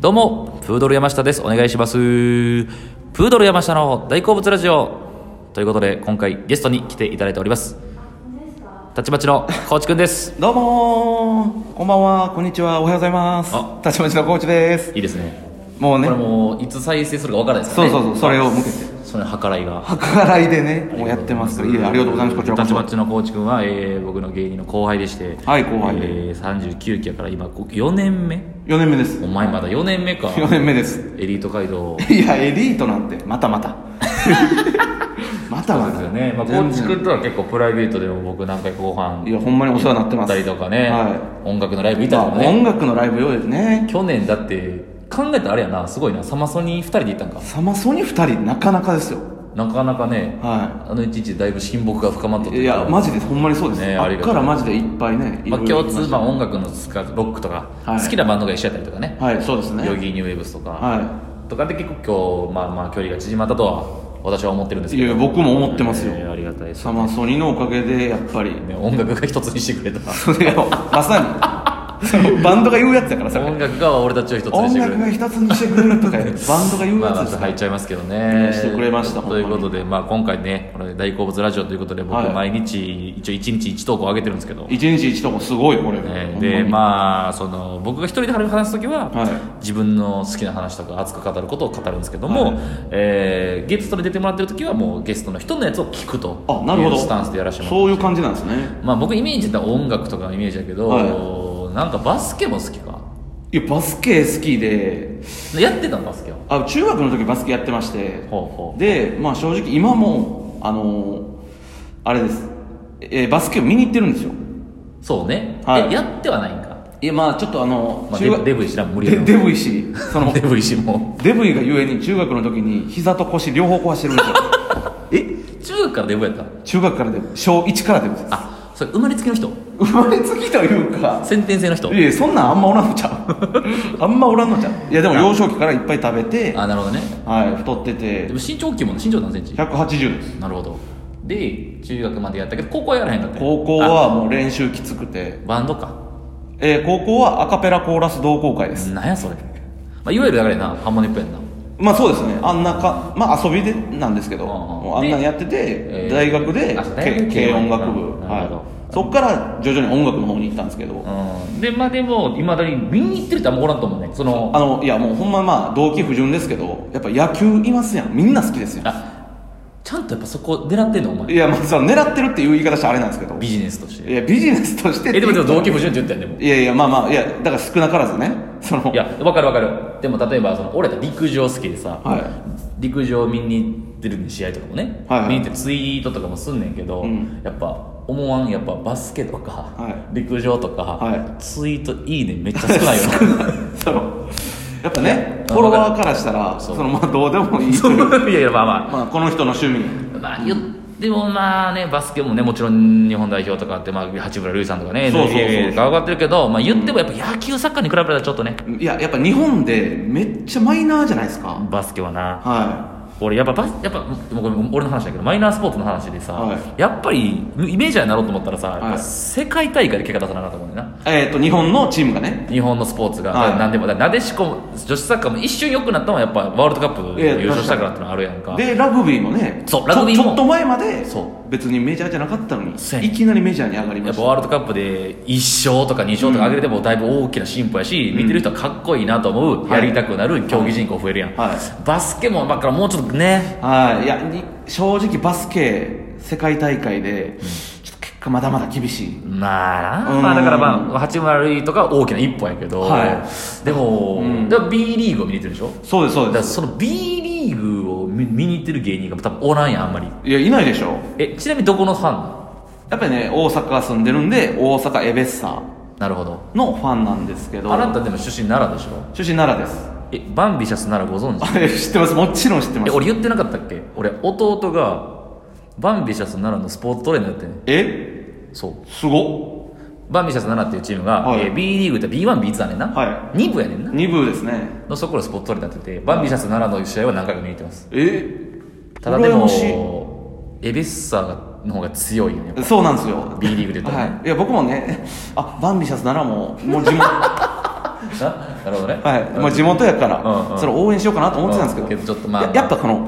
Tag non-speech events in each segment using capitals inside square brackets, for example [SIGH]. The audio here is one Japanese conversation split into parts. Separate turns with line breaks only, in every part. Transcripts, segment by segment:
どうも、プードル山下です。お願いします。プードル山下の大好物ラジオ。ということで、今回ゲストに来ていただいております。たちまちの高知くんです。
どうもーこんばんはこんにちはおはようございます
あ
たちまちのコーチです
いいですね。
もう
こ
ね
れもう、いつ再生するかわからないですか
そ
ら
う
ね。
そうそうそれを向けて
その計らいが。
計らいでねもうやってますからいえありがとうございますこちらこ
たちま
そ
ちの高知くんは、えー僕の芸人の後輩でして。
はい後輩で
えー、39期やから今、4年目
4年目です [LAUGHS]
お前まだ4年目か。
4年目です
エリート街道。
いやエリートなんてまたまた [LAUGHS] またま
ですよ
た
ね、まあ、高知君とは結構プライベートでも僕何回かご飯
いやほんまにお世話になって
行
ま
った
す
りとかね、
は
音楽のライブ行っ
ま
た
あ
りとかね、
音楽のライブ用ですね
去年だって考えたらあれやなすごいなサマソニー2人で行ったんか
サマソニ2人なかなかですよ
なかなかね
は
あの一日だいぶ親睦が深まっとっ
い
て
いやマジでほんまにそうです
ね
あ
あり
っ
がと
か
う
らマジでいっぱいねい
まあ、
ろいろ
共通、まあ、音楽のスカロックとか、
はい
好きなバンドが一緒やったりとかね、
はいそうですね
ヨギーニューウェーブスとか、
は
とかで結構今日、まあ、まあ距離が縮まったとは私は思ってるんです
いい
け
や
ど
僕も思ってますよ
えーありがたいです、
サマソニのおかげでやっぱり
ね、音楽が一つにしてくれた
それをまさに [LAUGHS] そのバンドが言うやつだからさ
音楽が俺たちを一つにし
音
てくれた
楽が一つにしてくれるとか言う [LAUGHS] バンドが言う
まあ、ま
や
あ
つですか
入
ら
っちゃいますけどね。
してくれました
ということで、まあ、今回ね、これ大好物ラジオということで、僕、
はい
毎日、一応一日一投稿上げてるんですけど。
一日一とこすごいこ
ね
れほん
で、
ま
まあ、その、僕が一人で話すときは、
はい
自分の好きな話とか、熱く語ることを語るんですけども、
はい
えーゲストで出てもらってるときは、もうゲストの人のやつを聞くと
にあなるほ
い
ど
うスタンスでやらせてもらって
そういう感じなんですね
まあ、僕、イメージだったら音楽とかのイメージだけど、
は
なんかバスケも好きか。
いやバスケ好きで
やってたの、バスケは。
あ中学の時バスケやってまして
ほうほう
でまあ正直今もあのーあれですえーバスケを見に行ってるんですよ
そうね、
はい
えやってはないんか。
いやまあちょっとあの
まあ、
中
デ
学
ブデブイしな、無理
で
やろ
デ
[LAUGHS]
ブいしそ [LAUGHS] の
デブ石も
デブいがゆえに中学の時に膝と腰両方壊してるんですよ
え [LAUGHS] 中学からデブやった
中学からデブ小1からデブです
あそれ生まれつきの人
生まれつきというか
先天性の人
いやそんなんあんまおらんのちゃ [LAUGHS] うあんまおらんのちゃういやでも幼少期からいっぱい食べて、
あなるほどね
はい、太ってて
でも身長大きいもんね身長何センチ
180です
なるほどで中学までやったけど高校はやらへんかったよ
高校
あ
はもう練習きつくて、
バンドか
えー高校はアカペラコーラス同好会です、
なんやそれ、まあ、いわゆるだからやなハモネップやんな
まあそうですねあんなかまあ遊びでなんですけど、
うんうん
もうあんなんやってて、
で
大学で
あ大学
け軽音楽部、
うんなるほど
はい、そっから徐々に音楽の方に行ったんですけど、
うんでまあでもいまだに見に行ってるってあんまおらんと思うねその
あのいやもうほんままあ動機不純ですけどやっぱ野球いますやんみんな好きですや
あちゃんとやっぱそこ狙ってんのお
んい
前
やまあその狙ってるっていう言い方したらあれなんですけど
ビジネスとして
いやビジネスとして
えでもでも
ど
同
う
期不純って言ったやんでも
いやいやまあまあいやだから少なからずねその
いや分かる分かるでも例えばその俺ら陸上好きでさ、
は
陸上見に行ってるんで試合とかもね、
はいはい
見に行ってツイートとかもすんねんけど、
うん
やっぱ思わんやっぱバスケとか、
は
陸上とか、
は
ツイートいいねめっちゃ少ないよ
[LAUGHS]
な
[LAUGHS] そのやっぱね
うん
フォロワーからしたら
そ
そうのまあどうでもいい
そ
という
ういやいやまあま
まあこの人の趣味
あまあよでもまあねバスケもねもちろん日本代表とかあって、まあ、八村塁さんとかね
そうそうそう
NBA とか上がってるけど、まあ、言ってもやっぱ野球サッカーに比べたらちょっとね
いややっぱ日本でめっちゃマイナーじゃないですか
バスケはな
は
俺やっぱバスやっぱもうごめん俺の話だけどマイナースポーツの話でさ、
はい
やっぱりイメージャーになろうと思ったらさ、やっぱ
はい
世界大会で結果出さなかったもんねない
えっ、と日本のチームがね
日本のスポーツが、
はい
何でもだなでしこも女子サッカーも一瞬良くなったのはやっぱワールドカップ
いや
優勝したからってのあるやんか
でラグビーもね
そう
ちょ
ラグビーも
ちょっと前まで
そ
別にメジャーじゃなかったのに
そうや
いきなりメジャーに上がり
や
ま
っ
し
ぱ
た
ワールドカップで1勝とか2勝とか上げれてもだいぶ大きな進歩やし、見てる人はかっこいいなと思う、
は
や
い
りたくなる競技人口増えるやん、
は
バスケもまあだからもうちょっとね
はいいやに正直バスケ世界大会で、ちょっと結果まだまだ厳しい
まあな、
うん
まあだからまあ八村塁とかは大きな一歩やけど、
は
でも、
ん
でも B リーグを見に行ってるでしょ
そうですそう
だか
で
ら
す
その B リーグを見見に行ってる芸人が多分おらんやんあんまり
いやいないでしょ
えちなみにどこのファンなの
やっぱりね大阪住んでるんで大阪エベッサ
なるほど
のファンなんですけど
あなたでも出身奈良でしょ
出身奈良です
えバンビシャス奈良ご存知
あれ知ってますもちろん知ってま
え
す
俺言ってなかったっけ俺弟がバンビシャス奈良のスポーツトレーナーやってんねん
え
そう
すご
バンビシャス奈良っていうチームが、
はい
えー B リーグって B1B2 だねんな、
は
2部やねんな
2部ですね
のそこでスポーツトレーナーやっててバンビシャス奈良の試合は何回か見に行ってます
え
ただで
羨ましい
もエベッサーの方が強いよね
そうなんですよ
B リーグで言ったら [LAUGHS]
はいいや僕もねあバンビシャスならもうもう地元
ななるほどね
はいまあ、地元やから、
うんうん
それ応援しようかなと思ってたんですけど,
う
や、
んけどちょっとまあ
やっぱこの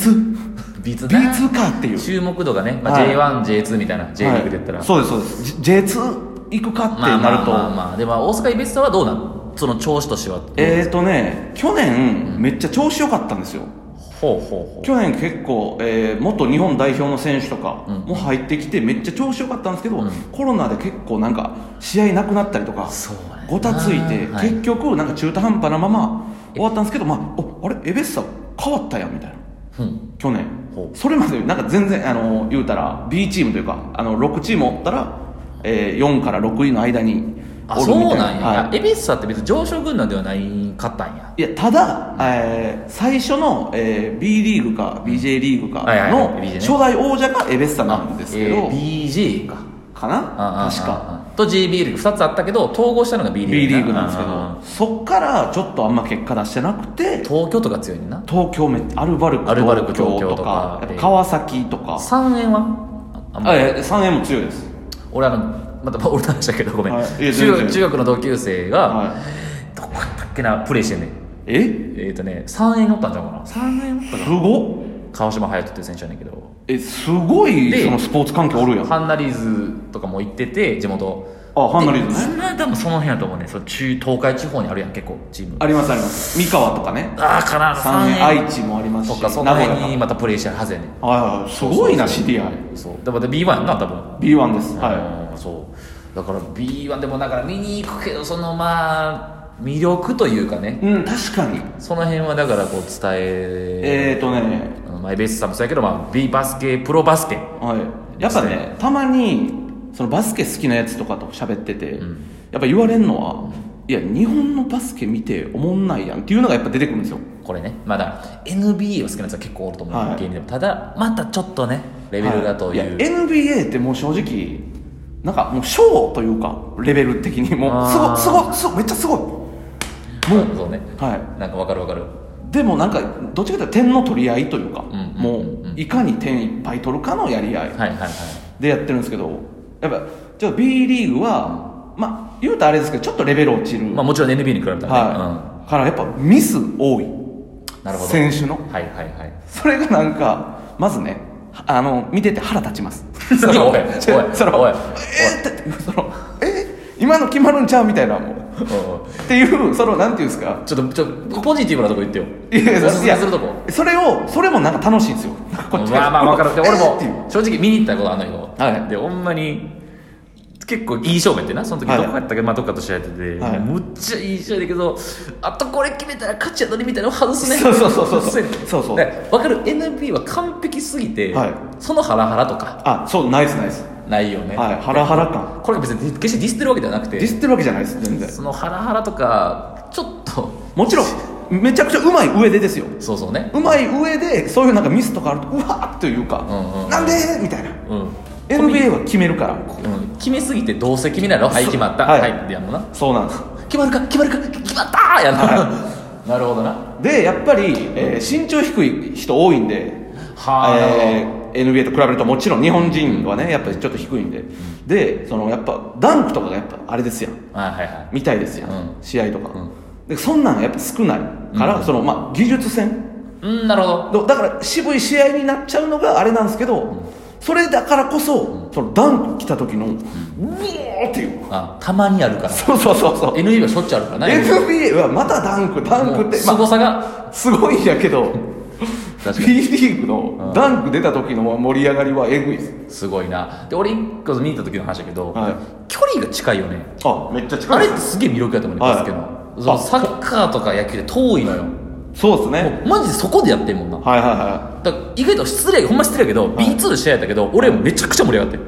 B2B2
B2 な
かっていう
注目度がね、まあ
はい
J1J2 みたいな J リーグで言ったら、
はいそうですそうですじ J2 行くかってな
まあま
ると、
あまあまあでも大阪イベスタはどうなのその調子としては
えーとね去年めっちゃ調子良かったんですよ
ほうほうほ
去年結構、えー元日本代表の選手とか
うん
も入ってきてめっちゃ調子良かったんですけど、
うん
コロナで結構なんか試合なくなったりとか
そうやな
ごたついて、
はい
結局なんか中途半端なまま終わったんですけど、まあ、おあれエベッサ変わったやんみたいな
ううん
去年
ほう
それまでなんか全然あの言うたら B チームというかあの6チームおったら、えー4から6位の間に
あ
お
そう
るみたい
なんや、
はい
エベッサって別に上昇軍団ではないかったんや
いやただ、えー最初の、えー B リーグか BJ リーグか
はいはい
の
はい BJ ね
初代王者がエベッサなんですけど、
あえー BJ か
かな確か
かと JB リーグ2つあったけど統合したのが B リーグ
B リーグなんですけ
ああああ
どそっからちょっとあんま結果出してなくて
東京とか強いねんな
東京めっアルバルク
アルバルク
東京
東京
と
と
か
か
やっぱ川崎とか、
3円はあんま
あえ3円も強いです
俺あのまたまあ俺の話だけどごめん、
はいいや全然
中学中学の同級生が、
は
どこやったっけなプレーしてんねん
え
えっ、とね3円おったんじゃうかな3円おった
すごっ
川島隼人っていう選手やねんけど
えすごい
で
そのスポーツ関係おるやん
ハンナリーズとかも行ってて地元
あハンナリー
で
ズね
そんな多分その辺やと思うねその中東海地方にあるやん結構チーム
ありますあります三河とかね
ああかな
三
3
円
円
愛知もあります
と
し
かその辺にまたプレーしてるはずやねん
はいはいすごいな
そうそうそう
CDI
そうでもで B1 やんな多分
B1 ですはい
い、そうだから B1 でもだから見に行くけどそのまあ魅力というかね
うん確かに
その辺はだからこう伝え
えっ、ー、とね
あのまあ、エベッサもそうやけど、まあ、B バスケプロバスケ
はいやっぱ
です
ねたまにそのバスケ好きなやつとかと喋ってて、やっぱ言われるのは、いや日本のバスケ見ておもんないやんっていうのがやっぱ出てくるんですよ
これねまだ NBA を好きなやつは結構おると思う、
はい
芸人でもただまたちょっとねレベルがという、
はや NBA ってもう正直なんかもうショーというかレベル的にもうすご
あー
いすごいすごいめっちゃすごい
もうそうね
は
なんかわかるわかる
いでもなんかどっちかというと点の取り合いというか、
んうん
も
うん
ういかに点いっぱい取るかのやり合い
はいはいはい
でやってるんですけどやっぱちょっと B リーグはまあ言うとあれですけどちょっとレベル落ちる、
まあもちろん NBA に比べたらね、
はいからやっぱミス多い
うん、なるほど
選手の
はいはいはい [LAUGHS]
それがなんかまずねあの見てて腹立ちます
そ [LAUGHS] れおい
ちょ
おい
[LAUGHS] その
おい
えーってそのえ今の決まるんちゃうみたいなもう
おいおい
っていうそのなんていうんですか
ちょっとちょっとポジティブなとこ言ってよ
いやいや
おすすめするとこ
それをそれもなんか楽しいんですよこっち
まあまあ分かるで俺
えーっていう
も正直見に行ったことあんのよ、
はい
でほんまに結構いい勝負やってなその時
は
ど
い
こやったか、まあどっかと試合やってて、
はい
むっちゃいい試合だけどあとこれ決めたら勝ちやのにみたいなの外すね
そうそうそうそう
外せん
そうそう
で分かる NB は完璧すぎて、
はい
そのハラハラとか
あそうナイスナイス
ないよね、
はいハラハラ感
これ別に決してディスってるわけではなくて
ディスってるわけじゃないです全然
そのハラハラとかちょっと
もちろんめちゃくちゃうまい上でですよ
そうそうね
うまい上でそういうなんかミスとかあるとうわーというか、
んうん
なんでみたいな
うん、
NBA は決めるから
うん、決めすぎてどうせ決めないのはい決まった
はい
はいってやんのな
そうなんです
決まるか決まるか決まったーやな、 [LAUGHS] なるほどな
でやっぱり、えー身長低い人多いんで、
はあ
えー NBA と比べるともちろん日本人はねやっぱりちょっと低いんで、でそのやっぱダンクとかがやっぱあれですやん
はいはいはい
みたいですやん、
うん
試合とか、
うん
でそんなんやっぱ少ないから、そのまあ技術戦
うんなるほど
だだから渋い試合になっちゃうのがあれなんですけど、それだからこそ、そのダンク来た時の、うおーっていう
あたまにあるから
そうそうそうそう
NB はしょっちゅうあるからな
NBA はまたダンクダンクって、
すごさが、
すごいんやけど
確か
B リーグのダンク出た時の盛り上がりはえぐいです
すごいなで俺一個見に行った時の話だけど、
はい
距離が近いよね
あめっちゃ
あ
近
れ
い
っ
で
て
す
すげえ魅力やと思うね
はい
バスケのその
あ
サッカーとか野球で遠いのよも
そうですね
うマジでそこでやってんもんな
はいはいは
だから意外と失礼ほんま失礼やけど、B2 で試合やったけど俺めちゃくちゃ盛り上がってる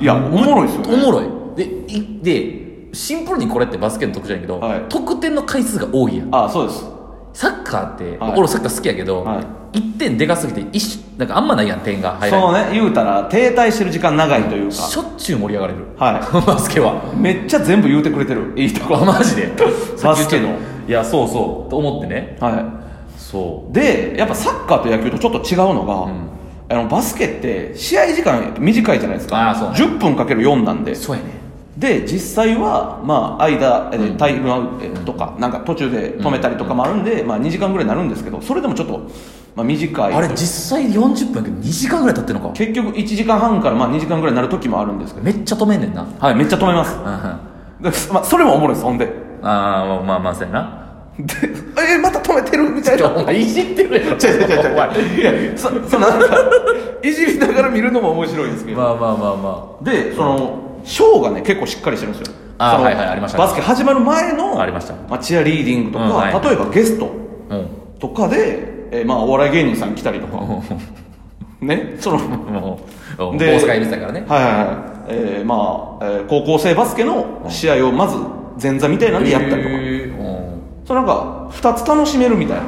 い [LAUGHS] いやおもろいですよ
お
ね
もろいでいでシンプルにこれってバスケの特徴やけど、
はい
得点の回数が多いやん
あそうです
サッカーって、
はい
俺サッカー好きやけど、
は
1点でかすぎて一瞬なんかあんまないやん点が入
そ
らない
のね言うたら停滞してる時間長いというか
しょっちゅう盛り上がれる、 [LAUGHS]
は
バスケは
めっちゃ全部言うてくれてるいいとこ
あマジで
バスケの
[LAUGHS] さっき言ってたいやそうそうと思ってね
は
そ
いでやっぱサッカーと野球とちょっと違うのが、
ん
あのバスケって試合時間短いじゃないですか
あーそうね
10分かける4なんで
うそうやね
で実際は、まあ、間、えータイムアウトとかなんか途中で止めたりとかもあるんで、まあ、2時間ぐらいになるんですけどそれでもちょっと、まあ、短い
あれ実際40分やけど2時間ぐらい経ってるのか
結局1時間半からまあ2時間ぐらいになる時もあるんですけど、
めっちゃ止めんねんなうん
はい、めっちゃ止めます
あ
だからまあ、それもおもろいですほ [LAUGHS] んで
ーまあまあまあそうやな
でえまた止めてるみたいな
お前いじってるや [LAUGHS] ろ
違う違う違う違ういやそそのなん [LAUGHS] かいじりながら見るのも面白いんですけど、
まあまあまあま
でそのショーがね結構しっかりしてるんですよ
あー
その
はいはいありました
バスケ始まる前の
ありました
まあ、チアリーディングとか、
うんはい
例えばゲスト
あうん
とかで、えーまあ、お笑い芸人さん来たりと
[LAUGHS]
かねその
もう大
で
阪見てたからね
はいはいはい、えーまあ、えー高校生バスケの試合をまず前座みたいなんでやったりとか、
へーうん
そうなんか2つ楽しめるみたいな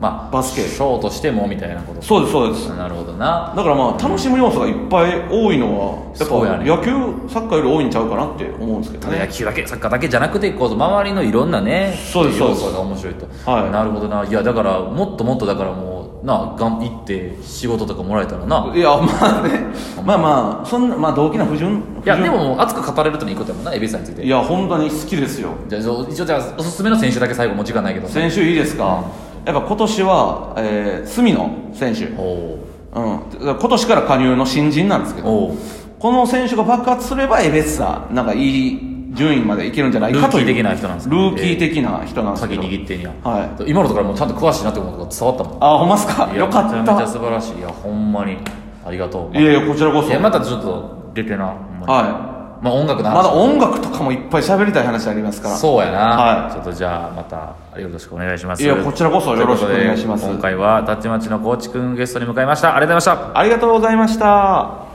まあ
バスケ
ショーとしてもみたいなこと
そうですそうです
なるほどな
だからまあ楽しむ要素がいっぱい多いのはやっ
そうや
ぱ
ね
野球サッカーより多いんちゃうかなって思うんですけど
ただ野
ね
球だけサッカーだけじゃなくてこう周りのいろんなね
そうです
要
そう
素
です
が面白いと、
はい
なるほどないやだからもっともっとだからもうなあがん行って仕事とかもらえたらない
やまあねまあまあそんなまあ動機な不純
いや
不純
でも熱く語れるとのいいことやもんなエビさんについて
いや本当に好きですよ
じゃあそう一応じゃあおすすめの選手だけ最後もう時間ないけど
選手いいですかやっぱ今年は、えー、隅野選手、うん、
おお
今年から加入の新人なんですけど
おう
この選手が爆発すればエベッサなんかいい順位までいけるんじゃないかという
ルーキー的な人なんです
ル
ね
ーキー的な人なんです
先
けど、
握ってんや、
は
今のところもうちゃんと詳しいなってことが伝わったもん
あほんまっすか
いや
よかっ
めちゃめちゃ
た
素晴らしいいやほんまにありがとう
いやいやこちらこそ
いやまたちょっと出てな、ほんまに
はい
まあ音楽の話
まだ音楽とかもいっぱい喋りたい話ありますから
そうやな、
はい
ちょっとじゃあまたよろしくお願いします
いやこちらこそよろしくお願いします
とうことで今回はたちまちのコーチくんゲストに迎えましたありがとうございました
ありがとうございました